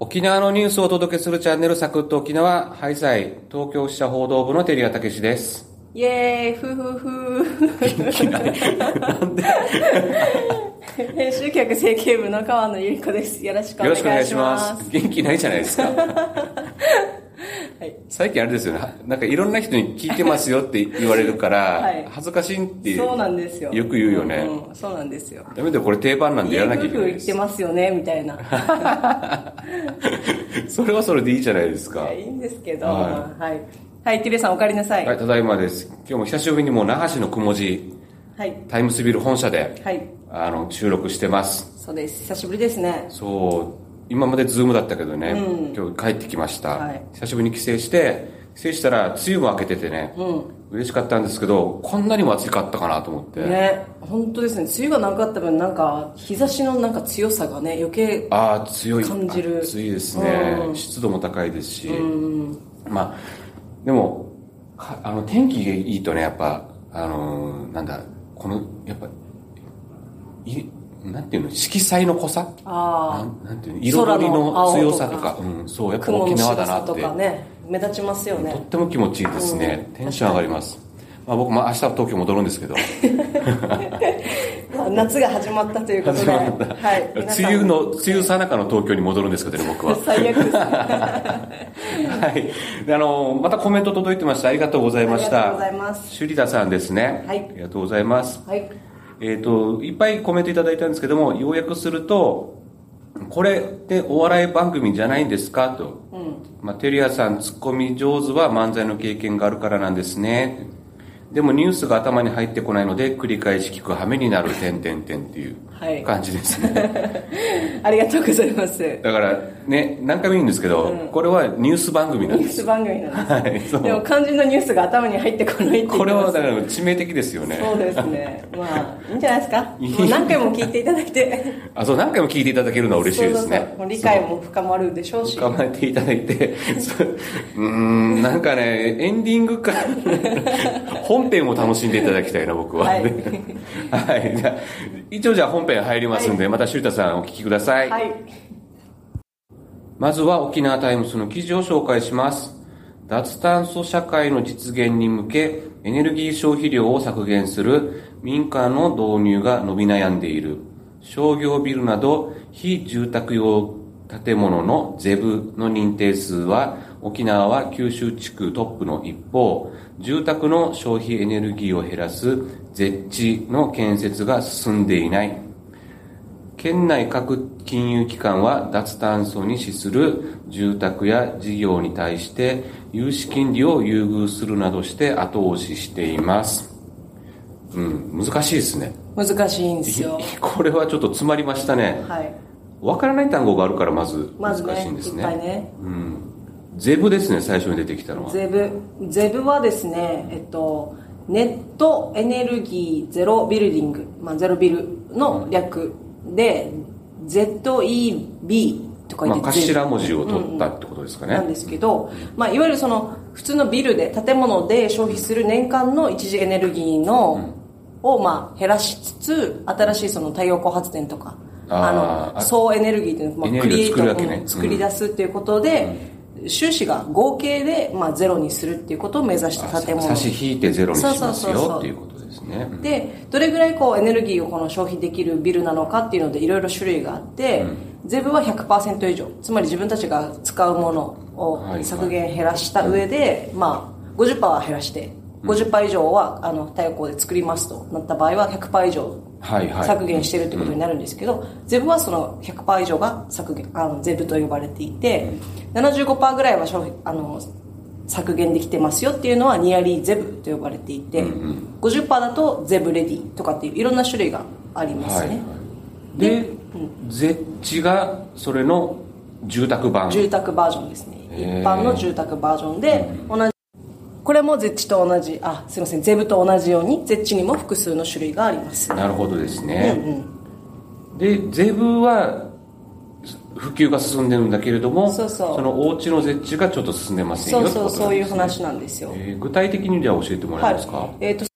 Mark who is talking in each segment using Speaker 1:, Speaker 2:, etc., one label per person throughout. Speaker 1: 沖縄のニュースをお届けするチャンネルサクッと沖縄、ハイサイ、東京支社報道部のテリアたけしです。
Speaker 2: イエーイふふふ編集局整形部の川野ゆり子ですよろしくお
Speaker 1: よろしくお願
Speaker 2: 願
Speaker 1: い
Speaker 2: い
Speaker 1: し
Speaker 2: し
Speaker 1: ま
Speaker 2: ます
Speaker 1: す。元気ないじゃないですか。
Speaker 2: はい、
Speaker 1: 最近あれですよね。なんかいろんな人に聞いてますよって言われるから、
Speaker 2: はい
Speaker 1: 恥ずかしいって
Speaker 2: そうなんですよ
Speaker 1: よく言うよね。
Speaker 2: うんうんそうなんですよ
Speaker 1: ダメだよ、これ定番なんで
Speaker 2: 家
Speaker 1: や
Speaker 2: 夫
Speaker 1: らなきゃいけな
Speaker 2: 婦
Speaker 1: い
Speaker 2: 行
Speaker 1: で
Speaker 2: って
Speaker 1: す。
Speaker 2: ますよねみた いな
Speaker 1: それはそれでいいじゃないですか。
Speaker 2: いや
Speaker 1: はい
Speaker 2: いんですけど
Speaker 1: は
Speaker 2: はいはい、ティレさんお帰りなさい
Speaker 1: い、ただいまです。今日も久しぶりにもう那覇市のくもじ、
Speaker 2: はい、
Speaker 1: タイムスビル本社で、
Speaker 2: はい、
Speaker 1: あの、収録してます。
Speaker 2: そうです久しぶりですね
Speaker 1: そう今までズームだったけどね、今日帰ってきました、
Speaker 2: はい
Speaker 1: 久しぶりに帰省して帰省したら梅雨も明けててね、嬉しかったんですけどこんなにも暑かったかなと思って、
Speaker 2: ね本当ですね梅雨がなかった分なんか日差しのなんか強さがね余計
Speaker 1: ああ強い
Speaker 2: 感じる
Speaker 1: 暑いですね、湿度も高いですし、まあでもかあの天気がいいとねやっぱあのーなんだこのやっぱいなんていうの色彩の濃さ
Speaker 2: あ
Speaker 1: なんな
Speaker 2: あ
Speaker 1: んていうの彩りの強さとかうん、そうやっぱ
Speaker 2: 雲
Speaker 1: 沖
Speaker 2: の
Speaker 1: 縄
Speaker 2: 白
Speaker 1: だな
Speaker 2: さ
Speaker 1: っ
Speaker 2: と
Speaker 1: て
Speaker 2: かね目立ちますよ
Speaker 1: とっ
Speaker 2: ね
Speaker 1: ても気持ちいいですね、テンション上がります、まあ、僕も明日東京戻るんですけ ど
Speaker 2: まあ夏が始まったということで、はい、皆さん
Speaker 1: 梅雨の梅雨さなかの東京に戻るんですけどね僕 は
Speaker 2: 最悪です。あ
Speaker 1: はいであのまたコメント届いてましたありがとうござい
Speaker 2: り
Speaker 1: ま
Speaker 2: が
Speaker 1: し
Speaker 2: とうござ
Speaker 1: た
Speaker 2: います。
Speaker 1: シュリダさんですね、
Speaker 2: はい
Speaker 1: ありがとうございます
Speaker 2: はい、
Speaker 1: えっ、といっぱいコメントいただいたんですけども要約するとこれってお笑い番組じゃないんですかと、まあ、テリアさんツッコミ上手は漫才の経験があるからなんですねでもニュースが頭に入ってこないので繰り返し聞く羽目になる点点点ってい
Speaker 2: は
Speaker 1: う
Speaker 2: い
Speaker 1: 感じですね、
Speaker 2: ありがとうございます。ニ
Speaker 1: だからね何回も言うんですけど、これはニュース番組なん
Speaker 2: ュ
Speaker 1: で
Speaker 2: ー
Speaker 1: す
Speaker 2: ス番組なんで
Speaker 1: はいそ
Speaker 2: す。でも
Speaker 1: う
Speaker 2: 肝心のニュースが頭に入ってこないって言って
Speaker 1: これはだ
Speaker 2: ね。
Speaker 1: から致命的ですよね
Speaker 2: そうですね。まあいいんじゃないですか。もう何回も聞いていただいて、
Speaker 1: あそう何回も聞いていただけるのは嬉しいですね
Speaker 2: そうそうそうもう理解も深まるでしょうし、
Speaker 1: 捕まえていただいて、 そううーん、なんかね、エンディングか、本編を楽しんでいただきたいな、僕 は。は
Speaker 2: はいい。
Speaker 1: じゃあ一応じゃあ本編入りますんで、またシュータさんお聞きください。
Speaker 2: はい、
Speaker 1: まずは沖縄タイムスの記事を紹介します。脱炭素社会の実現に向け、エネルギー消費量を削減する民間の導入が伸び悩んでいる。商業ビルなど非住宅用建物のゼブの認定数は沖縄は九州地区トップの一方、住宅の消費エネルギーを減らす絶地の建設が進んでいない。県内各金融機関は脱炭素に資する住宅や事業に対して融資金利を優遇するなどして後押ししています。うん、難しいですね。
Speaker 2: 難しいんですよ。
Speaker 1: これはちょっと詰まりましたね。
Speaker 2: はい。
Speaker 1: わからない単語があるからまず
Speaker 2: ま
Speaker 1: 難
Speaker 2: ずね、
Speaker 1: しいんです
Speaker 2: いっ
Speaker 1: ね。
Speaker 2: ぱいね。
Speaker 1: ゼブですね、最初に出てきたのは。
Speaker 2: ゼブゼブはですね、えっと、ネットエネルギーゼロビルディング、まあ、ゼロビルの略で、ZEB とか
Speaker 1: まあ、
Speaker 2: 言ってゼブ
Speaker 1: 頭文字を取ったってことですかね。
Speaker 2: なんですけど、まあ、いわゆるその普通のビルで建物で消費する年間の一次エネルギーの、をまあ減らしつつ新しいその太陽光発電とか
Speaker 1: あー
Speaker 2: あの総エネルギーというのを、
Speaker 1: エ
Speaker 2: ま
Speaker 1: ネ
Speaker 2: あ、
Speaker 1: ル
Speaker 2: ク
Speaker 1: ギーを
Speaker 2: リエイ
Speaker 1: 作
Speaker 2: ト
Speaker 1: るわけね
Speaker 2: うん作り出すっていうことで、収支が合計で、まあ、ゼロにするっていうことを目指した
Speaker 1: あ
Speaker 2: 建物
Speaker 1: 差し引いてゼロにします
Speaker 2: そうそうそうそ
Speaker 1: よ
Speaker 2: う
Speaker 1: っていうことですね。うん
Speaker 2: でどれぐらいこうエネルギーをこの消費できるビルなのかっていうのでいろいろ種類があって、ゼブは100%以上つまり自分たちが使うもの
Speaker 1: はいは
Speaker 2: を
Speaker 1: い
Speaker 2: 削減減らした上で、まあ、50%は減らして50%以上はあの太陽光で作りますとなった場合は100%以上
Speaker 1: はいはい。
Speaker 2: 削減してるってことになるんですけど、ゼブはその100%以上が削減あのゼブと呼ばれていて、75%ぐらいは消費あの削減できてますよっていうのはニアリーゼブと呼ばれていて、50%だとゼブレディとかっていういろんな種類がありますね、
Speaker 1: はい、で、ゼッチがそれの住宅版
Speaker 2: 住宅バージョンですね一
Speaker 1: へー
Speaker 2: 般の住宅バージョンで同じこれもゼッチと同じあすいませんゼブと同じようにゼッチにも複数の種類があります
Speaker 1: なるほどですね、でゼブは普及が進んでるんだけれども
Speaker 2: そうそう
Speaker 1: のお家のゼッチがちょっと進んでませんよっ
Speaker 2: そう
Speaker 1: て
Speaker 2: そ
Speaker 1: こ
Speaker 2: う
Speaker 1: と
Speaker 2: そ
Speaker 1: なん
Speaker 2: ういう
Speaker 1: ですね
Speaker 2: 話なんですよ、
Speaker 1: えー具体的にじゃあ教えてもらえますか、
Speaker 2: はい、えーと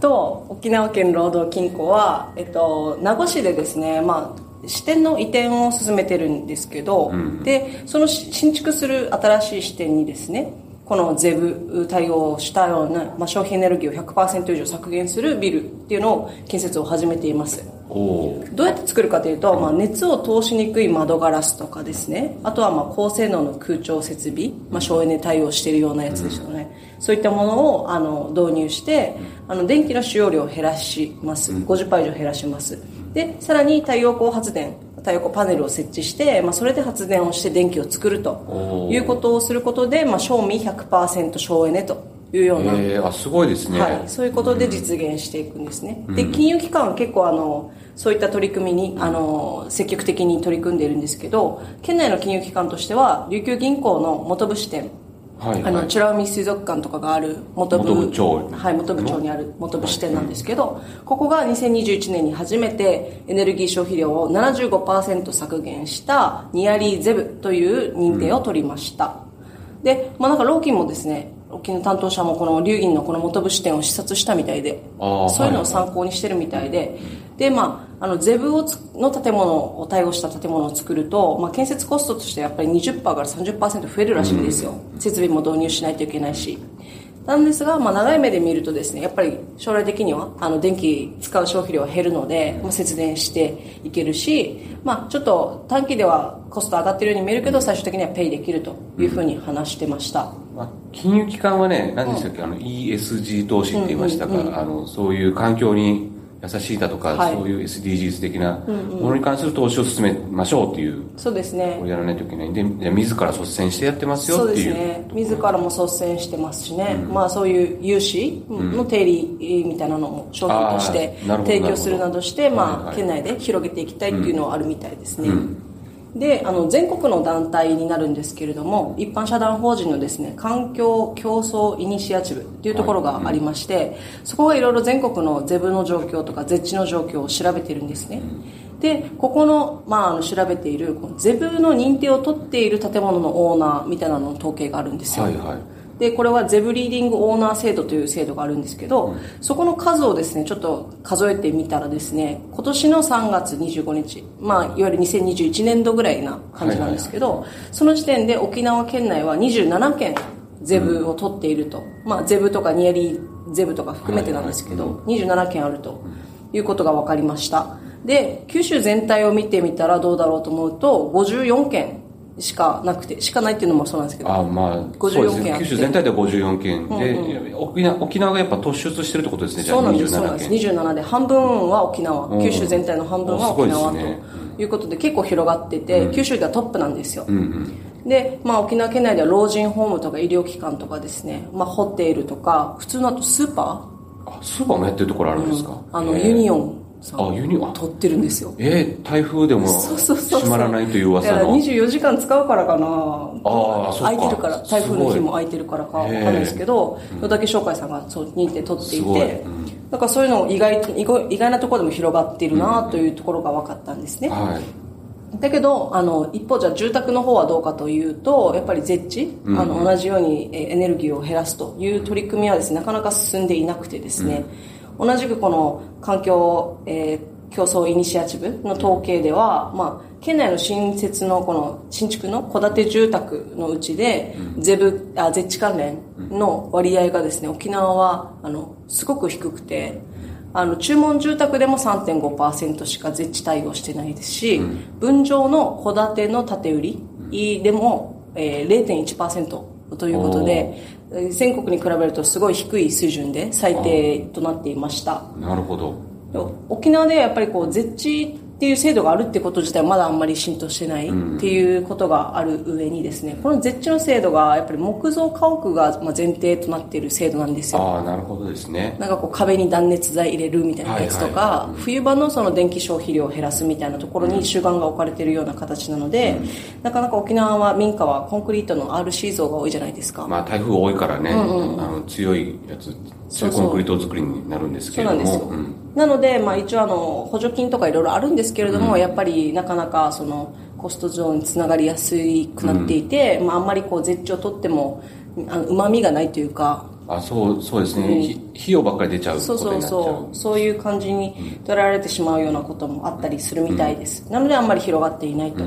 Speaker 2: と沖縄県労働金庫は、えっと名護市でですね、まあ、支店の移転を進めてるんですけど、でそのし新築する新しい支店にですねこのゼブ対応したような、まあ、消費エネルギーを100%以上削減するビルっていうのを建設を始めています
Speaker 1: おおー
Speaker 2: どうやって作るかというと、まあ、熱を通しにくい窓ガラスとかですねあとはまあ高性能の空調設備、まあ、省エネ対応しているようなやつですよね、そういったものをあの導入してあの電気の使用量を減らします50%以上減らしますでさらに太陽光発電太陽光パネルを設置して、まあ、それで発電をして電気を作ると
Speaker 1: おー
Speaker 2: いうことをすることで、まあ、賞味100%省エネというような
Speaker 1: えー、あすごいですね、
Speaker 2: はい、そういうことで実現していくんですね、で金融機関は結構あのそういった取り組みにあの積極的に取り組んでいるんですけど県内の金融機関としては琉球銀行の元部支店
Speaker 1: はい
Speaker 2: あ
Speaker 1: は
Speaker 2: の
Speaker 1: い
Speaker 2: 美ら海水族館とかがある元部
Speaker 1: 本部町
Speaker 2: はい、元部町にある元部支店なんですけど、ここが2021年に初めてエネルギー消費量を75%削減したニアリーゼブという認定を取りました、で、まあ、なんか老金もですね老金の担当者もこの龍銀のこの元部支店を視察したみたいで
Speaker 1: あー
Speaker 2: そういうのを参考にしてるみたいで、で、まあ、あの、ゼブをつの建物を対応した建物を作ると、まあ、建設コストとしてやっぱり20%から30%増えるらしいんですよ。設備も導入しないといけないし。なんですが、まあ、長い目で見るとですね、やっぱり将来的には、あの、電気使う消費量は減るので、まあ、節電していけるし、まあ、ちょっと短期ではコスト上がってるように見えるけど、最終的にはペイできるというふうに話してました。
Speaker 1: まあ金融機関はね何でしたっけ、あの ESG 投資って言いましたが、あのそういう環境に優しいだとか、
Speaker 2: はい
Speaker 1: そういう SDGs 的なものに関する投資を進めましょうっていう
Speaker 2: そうですね。
Speaker 1: これやらないといけないんでじゃあ自ら率先してやってますよ
Speaker 2: そ
Speaker 1: っ
Speaker 2: う
Speaker 1: て
Speaker 2: で
Speaker 1: い
Speaker 2: す
Speaker 1: う
Speaker 2: ね自らも率先してますしね、まあ、そういう融資の定理みたいなのも商品として
Speaker 1: あーなるほど
Speaker 2: 提供するなどして、
Speaker 1: はい
Speaker 2: ま
Speaker 1: は
Speaker 2: あ、
Speaker 1: い
Speaker 2: 県内で広げていきたいっていうのはあるみたいですね、であの全国の団体になるんですけれども一般社団法人のですね環境競争イニシアチブというところがありまして、そこがいろいろ全国のゼブの状況とかゼッチの状況を調べているんですね、でここの,、まあ、あの調べているこのゼブの認定を取っている建物のオーナーみたいなのの統計があるんですよ、
Speaker 1: はいはい
Speaker 2: でこれはゼブリーディングオーナー制度という制度があるんですけど、そこの数をですねちょっと数えてみたらですね今年の3月25日、まあ、いわゆる2021年度ぐらいな感じなんですけど、その時点で沖縄県内は27件ゼブを取っていると、まあ、ゼブとかニアリーゼブとか含めてなんですけど、27件あるということが分かりましたで九州全体を見てみたらどうだろうと思うと54件しかなくてしかないっていうのもそうなんですけど
Speaker 1: あまあ
Speaker 2: 54
Speaker 1: そうです
Speaker 2: 件
Speaker 1: ね
Speaker 2: あって
Speaker 1: 九州全体では54件で、沖縄沖縄がやっぱ突出してるってことですねじゃ
Speaker 2: そう
Speaker 1: あ
Speaker 2: なんです、そうなん
Speaker 1: 27
Speaker 2: です。
Speaker 1: 件
Speaker 2: 27で、半分は沖
Speaker 1: う
Speaker 2: 縄、
Speaker 1: ん
Speaker 2: 九州全体の半分は沖
Speaker 1: すご
Speaker 2: 縄
Speaker 1: いですね
Speaker 2: ということで、結構広がってて、九州ではトップなんですよ。で、まあ、沖縄県内では老人ホームとか医療機関とかですね、まあ、ホテイルとか、普通のあとスーパ
Speaker 1: あスーパーもやってるところあるんですか、
Speaker 2: ー、あの、
Speaker 1: えー
Speaker 2: ユニオンさん、
Speaker 1: あユニオン
Speaker 2: 取ってるんですよ。
Speaker 1: えー、台風でも
Speaker 2: そうそうそうそう
Speaker 1: 閉まらないという噂
Speaker 2: だから
Speaker 1: の
Speaker 2: 24時間使うからかな
Speaker 1: あーそっか
Speaker 2: 空いてるから台風の日も空いてるからかわかんないですけど野竹商会さんがそう認定取ってい
Speaker 1: すごい
Speaker 2: て、だからそういうのを意外意外意外なところでも広がっているなというところが分かったんですね、
Speaker 1: はい
Speaker 2: だけどあの一方じゃあ住宅の方はどうかというとやっぱりゼッチ、あの同じようにえエネルギーを減らすという取り組みはですねなかなか進んでいなくてですね、同じくこの環境、えー競争イニシアチブの統計では、まあ、県内の新設のこの新築の戸建て住宅のうちで、ゼブあゼッチ関連の割合がですね沖縄はあのすごく低くて。あの注文住宅でも3.5%しか絶地対応してないですし、分譲の戸建ての建て売りでも、えー、0.1%ということでえー全国に比べるとすごい低い水準で最低となっていました
Speaker 1: なるほど
Speaker 2: で沖縄ではやっぱりこう絶地っていう制度があるってこと自体まだあんまり浸透してないっていうことがある上にですねこの絶地の制度がやっぱり木造家屋がまあ前提となっている制度なんですよ
Speaker 1: ああなるほどですね
Speaker 2: なんかこう壁に断熱材入れるみたいなやつとか、
Speaker 1: はいは
Speaker 2: 冬場のその電気消費量を減らすみたいなところに主眼が置かれているような形なので、なかなか沖縄は民家はコンクリートの RC 像が多いじゃないですか、
Speaker 1: まあ台風多いからね、あの強いやつ強
Speaker 2: そう
Speaker 1: いコンクリート作りになるんですけ
Speaker 2: そ
Speaker 1: れ
Speaker 2: うな
Speaker 1: ど
Speaker 2: ん
Speaker 1: も
Speaker 2: です
Speaker 1: う
Speaker 2: よ、
Speaker 1: ん
Speaker 2: なので、まあ、一応あの補助金とかいろいろあるんですけれども、やっぱりなかなかそのコスト上につながりやすくなっていて、まあ、あんまりこう絶頂を取ってもうまみがないというか
Speaker 1: あ、そう、そうですね。ひ費用ばっかり出ちゃうこ
Speaker 2: そう
Speaker 1: と
Speaker 2: そ
Speaker 1: に
Speaker 2: う
Speaker 1: なっちゃう
Speaker 2: そう。そういう感じに取られてしまうようなこともあったりするみたいです、なのであんまり広がっていないと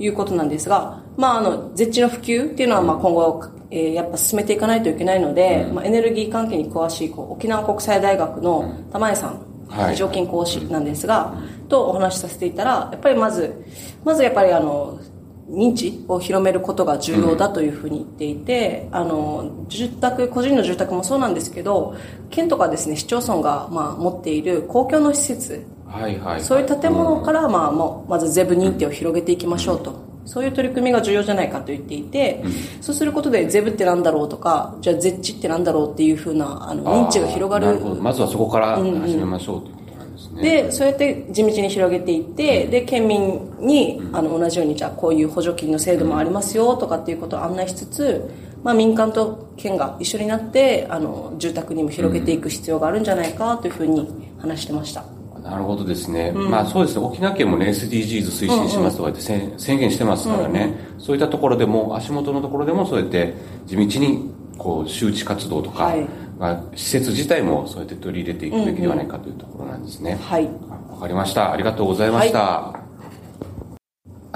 Speaker 2: いうことなんですが、まあ、あの絶地の普及っていうのはまあ今後、えーやっぱ進めていかないといけないので、まあ、エネルギー関係に詳しいこう沖縄国際大学の玉井さん、
Speaker 1: はい
Speaker 2: 常勤講師なんですが、とお話しさせていたらやっぱりまずまずやっぱりあの認知を広めることが重要だというふうに言っていて、あの住宅個人の住宅もそうなんですけど県とかですね市町村が、まあ、持っている公共の施設
Speaker 1: はいはい。
Speaker 2: そういう建物から、まあ、もうまずゼブ認定を広げていきましょうと。そういう取り組みが重要じゃないかと言っていて、そうすることでゼブってなんだろうとか、じゃあゼッチってなんだろうっていうふうなあの認知が広が
Speaker 1: あーな
Speaker 2: る
Speaker 1: ほどまずはそこから始めましょうということなんですね。
Speaker 2: でそうやって地道に広げていって、で県民にあの同じようにじゃあこういう補助金の制度もありますよとかっていうことを案内しつつ、まあ、民間と県が一緒になってあの住宅にも広げていく必要があるんじゃないかというふうに話してました、
Speaker 1: なるほどですね。まあそうですね。沖縄県もね、SDGs 推進しますとか言って宣,、宣言してますからね、そういったところでも、足元のところでもそうやって地道に、こう、周知活動とか、
Speaker 2: はい
Speaker 1: まあ、施設自体もそうやって取り入れていくべきではないかというところなんですね。
Speaker 2: はい
Speaker 1: わかりました。ありがとうございました。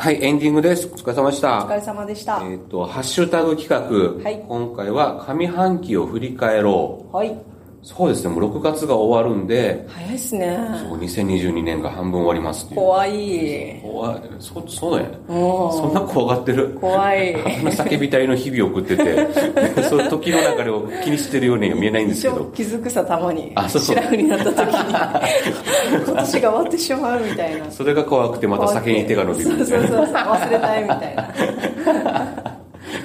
Speaker 1: はい、エンディングです。お疲れ様でし
Speaker 2: お疲
Speaker 1: た。
Speaker 2: れ様でした、
Speaker 1: えっ、と、ハッシュタグ企画。
Speaker 2: はい
Speaker 1: 今回は上半期を振り返ろ
Speaker 2: はい、
Speaker 1: う。そうですね、もう6月が終わるんで、
Speaker 2: 早いっすね
Speaker 1: そう2022年が半分終わりますっていう。
Speaker 2: 怖い
Speaker 1: 怖いそそうだよね
Speaker 2: うん
Speaker 1: そんな怖がってる
Speaker 2: 怖い
Speaker 1: あんな叫びたいの日々を送って てその時の流れを気にしてるようには見えないんです
Speaker 2: 一
Speaker 1: け
Speaker 2: 応
Speaker 1: ど
Speaker 2: 気づくさたまに
Speaker 1: あそうそう
Speaker 2: シラフになった時 に今年が終わってしまうみたいな
Speaker 1: それが怖くてまた酒に手が伸びるみたいな
Speaker 2: そうそうそうそう忘れたいみたいな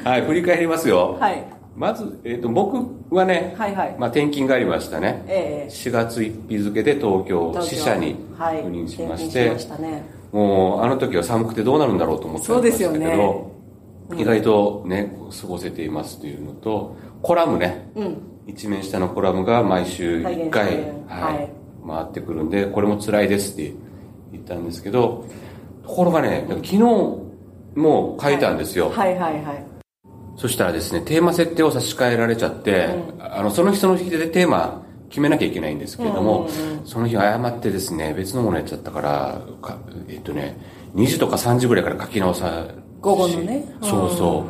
Speaker 1: はい振り返りますよ、
Speaker 2: はい
Speaker 1: まず、えっと僕はね、
Speaker 2: はいはい
Speaker 1: まあ、転勤がありましたね、
Speaker 2: ええ
Speaker 1: 4月1日付で東京
Speaker 2: 東京
Speaker 1: 支社に
Speaker 2: はい
Speaker 1: 赴任しまし
Speaker 2: 転
Speaker 1: て、
Speaker 2: 勤しましたね
Speaker 1: もうあの時は寒くてどうなるんだろうと思ってたんですけど
Speaker 2: そうですよ
Speaker 1: 意外とねこう過ごせていますというのとコラムね、一面下のコラムが毎週1回、
Speaker 2: 再現して
Speaker 1: はい
Speaker 2: はい
Speaker 1: 回ってくるんでこれも辛いですって言ったんですけどところがね昨日も書いたんですよ、
Speaker 2: はいはいはい
Speaker 1: そしたらですねテーマ設定を差し替えられちゃって、あのその日その日でテーマ決めなきゃいけないんですけれども、その日誤ってですね別のものやっちゃったからかえっとね2時とか3時ぐらいから書き直さ
Speaker 2: 午後のね
Speaker 1: しそうそう、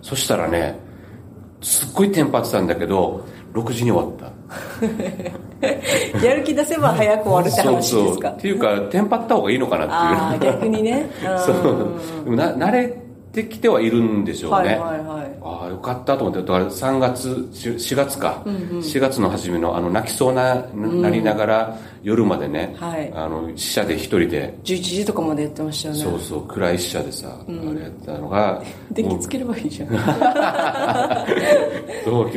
Speaker 1: そしたらねすっごいテンパってたんだけど6時に終わった
Speaker 2: やる気出せば早く終わるって話
Speaker 1: そう
Speaker 2: です
Speaker 1: そう
Speaker 2: か
Speaker 1: っていうかテンパった方がいいのかな
Speaker 2: あ
Speaker 1: っ
Speaker 2: あ
Speaker 1: ていう
Speaker 2: 逆にね
Speaker 1: そうでもな慣れてきてはいるんでし
Speaker 2: う
Speaker 1: ょ
Speaker 2: ん
Speaker 1: うね、
Speaker 2: はいはいはい
Speaker 1: ああよかったと思ってだから3月4月か、4月の初めのあの泣きそうなななりながら、夜までね、
Speaker 2: はい
Speaker 1: あの死者で一人で、
Speaker 2: 11時とかまでやってましたよね
Speaker 1: そうそう暗い死者でさ、あれやってたの が
Speaker 2: 電
Speaker 1: も
Speaker 2: 気
Speaker 1: う
Speaker 2: つければいいじゃんね
Speaker 1: そう昨日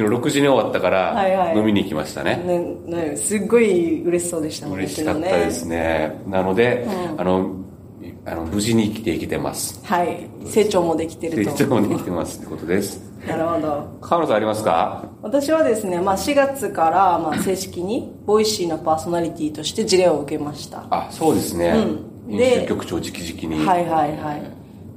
Speaker 1: 6時に終わったから、
Speaker 2: はいはい
Speaker 1: 飲みに行きましたね
Speaker 2: ねすっごい嬉しそうでしたもんね
Speaker 1: 嬉しかったですねなので、あのいあの無事に生きていけてます
Speaker 2: はい成長もできて
Speaker 1: 成
Speaker 2: ると
Speaker 1: 長もできてますってことです
Speaker 2: なるほど
Speaker 1: 河野さんありますか
Speaker 2: 私はですね、まあ、4月からまあ正式にボイシーのパーソナリティとして事例を受けました
Speaker 1: あそうですね、
Speaker 2: うんで
Speaker 1: 編集局長直々に
Speaker 2: はいはいはい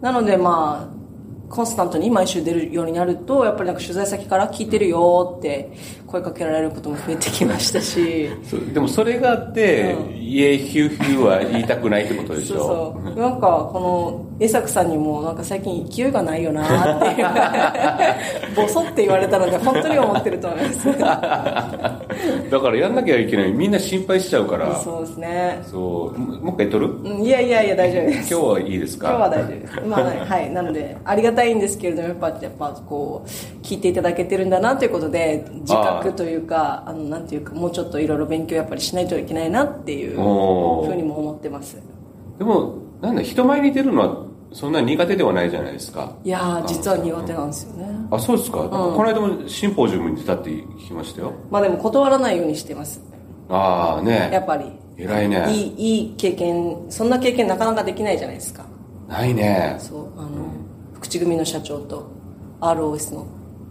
Speaker 2: なのでまあコンスタントに毎週出るようになるとやっぱりなんか取材先から聞いてるよって声かけられることも増えてきましたし
Speaker 1: そうでもそれがあって、イエヒューヒューは言いたくないってことでし
Speaker 2: そう
Speaker 1: ょ
Speaker 2: そうなんかこの江作さんにもなんか最近勢いがないよなっていうボソって言われたので本当に思ってると思います
Speaker 1: だからやんなきゃいけないみんな心配しちゃうからそ
Speaker 2: そうですね
Speaker 1: うももう一回撮る
Speaker 2: うんいやいやいや大丈夫で
Speaker 1: 今
Speaker 2: す
Speaker 1: 日はいいですか
Speaker 2: 今日は大丈夫です。ま あ、はい。なので、ありがたいんですけれども、やっぱ、やっぱ、こう、聞いていただけてるんだなということで、自覚というか、あの、なんていうか、もうちょっといろいろ勉強やっぱりしないといけないなっていうふ
Speaker 1: おー
Speaker 2: うにも思ってます。
Speaker 1: でもなんだ人前に出るのはそんな苦手ではないじゃないですか
Speaker 2: いやー、実は苦手なんですよね。
Speaker 1: あそうですか、この間もシンポジウムに出たって聞きましたよ
Speaker 2: まあでも、断らないようにしてます。
Speaker 1: ああね
Speaker 2: やっぱり。
Speaker 1: 偉いね
Speaker 2: いい、いい経験、そんな経験なかなかできないじゃないですか。
Speaker 1: ないね
Speaker 2: そう、あの、福知組の社長と、ROS の、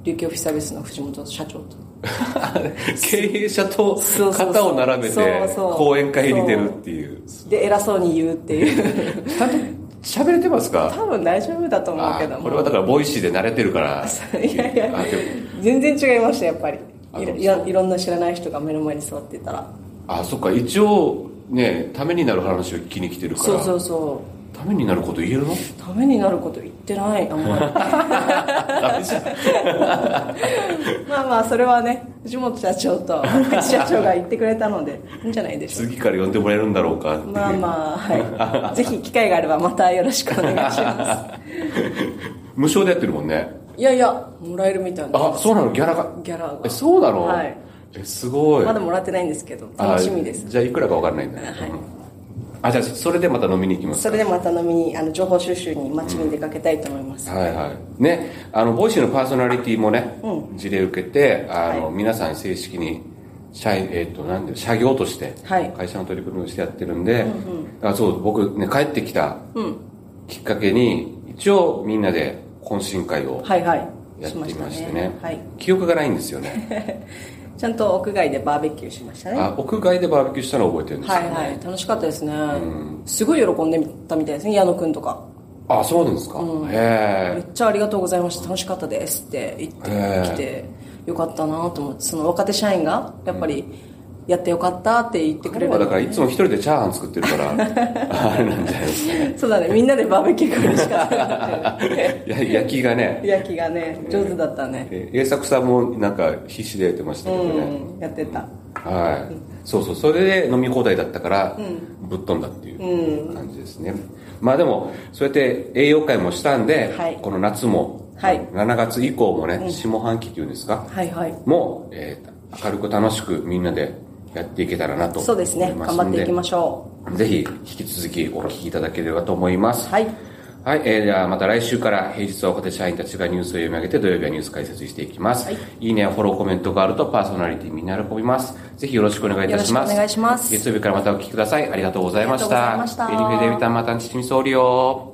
Speaker 2: 琉球オフィスサービスの藤本社長と。
Speaker 1: 経営者と
Speaker 2: そうそう
Speaker 1: 肩を並べて
Speaker 2: そうそう
Speaker 1: 講演会に出るっていう
Speaker 2: で、偉そうに言うっていう。
Speaker 1: ちゃんと喋れてますか
Speaker 2: 多分大丈夫だと思うけど
Speaker 1: あ
Speaker 2: も
Speaker 1: これはだからボイシーで慣れてるから
Speaker 2: いやいや
Speaker 1: あでも
Speaker 2: 全然違いましたやっぱり
Speaker 1: あ
Speaker 2: い
Speaker 1: と
Speaker 2: ろいろいろんな知らない人が目の前に座ってたら
Speaker 1: あそっか一応ねためになる話を聞きに来てるから
Speaker 2: そうそうそ
Speaker 1: ためになること言えるの
Speaker 2: うためになること言ってないあんまり
Speaker 1: ダメじゃん
Speaker 2: まあまあそれはね藤本社長と福地社長が言ってくれたのでいいんじゃないでしょう
Speaker 1: 次から呼んでもらえるんだろうかっていう
Speaker 2: まあまあはいぜひ機会があればまたよろしくお願いし ま
Speaker 1: 無償でやってるもんね
Speaker 2: すいやいやもらえるみたいな
Speaker 1: あそうなのギャラが
Speaker 2: ギャラが
Speaker 1: えそうなの、
Speaker 2: はい
Speaker 1: えすごい
Speaker 2: まだもらってないんですけど楽しみです
Speaker 1: あじゃあいくらか分かんないんだね、
Speaker 2: はい
Speaker 1: うんあじゃあそれでまた飲みに行きます
Speaker 2: それでまた飲みにあの情報収集に街に出かけたいと思います、
Speaker 1: はいはいねあのボイシーのパーソナリティもね、事例受けてあの、
Speaker 2: は
Speaker 1: 皆さん正式に社員えっとなんで社業として
Speaker 2: はい
Speaker 1: 会社の取り組みをしてやってるんで、あそう僕ね帰ってきたきっかけに、一応みんなで懇親会を
Speaker 2: はいはい
Speaker 1: やって
Speaker 2: し
Speaker 1: ま
Speaker 2: ま
Speaker 1: し
Speaker 2: したた
Speaker 1: ね
Speaker 2: ねはい、
Speaker 1: 記憶がないんですよね
Speaker 2: ちゃんと屋外でバーベキューしましたね
Speaker 1: あ屋外でバーベキューしたの覚えてるんです
Speaker 2: は
Speaker 1: よ
Speaker 2: い
Speaker 1: ね、
Speaker 2: はい楽しかったですね、すごい喜んでたみたいですね矢野くんとか
Speaker 1: あそうなんですか、へ
Speaker 2: め
Speaker 1: え
Speaker 2: っちゃありがとうございました楽しかったですって言って
Speaker 1: へえ
Speaker 2: きてよかったなと思ってその若手社員がやっぱりやってよかったって言ってくれ
Speaker 1: 彼
Speaker 2: る
Speaker 1: はだからいつも一人でチャーハン作ってるから あれなんじゃないですか
Speaker 2: そうだねみんなでバーベキューが嬉しかった
Speaker 1: や焼きがね
Speaker 2: 焼きがね上手だったね、
Speaker 1: え栄作さんもなんか必死でやってましたけどね、
Speaker 2: うん、やってた
Speaker 1: はいそうそうそれで飲み放題だったからぶっ飛んだっていう感じですね、まあでもそうやって栄養会もしたんで、
Speaker 2: はい
Speaker 1: この夏も、
Speaker 2: はい
Speaker 1: 7月以降もね、下半期っていうんですか
Speaker 2: はいはい
Speaker 1: もう、えー明るく楽しくみんなでやっていけたらなと
Speaker 2: そうですね
Speaker 1: 思います
Speaker 2: 頑
Speaker 1: んで
Speaker 2: 張っていきましょ
Speaker 1: ぜひ引き続きお聞きいただければと思います。
Speaker 2: はい。
Speaker 1: はい、えー、ではまた来週から平日は若手社員たちがニュースを読み上げて土曜日はニュース解説していきます。
Speaker 2: はい
Speaker 1: い、いねやフォローコメントがあるとパーソナリティみんな喜びます。ぜひよろしくお願いいたします。
Speaker 2: よろしくお願いします
Speaker 1: 月曜日からまたお聞きください。ありがとうございました。
Speaker 2: ありがとうございました
Speaker 1: エリフェデビタンマタンチチミソーリオ。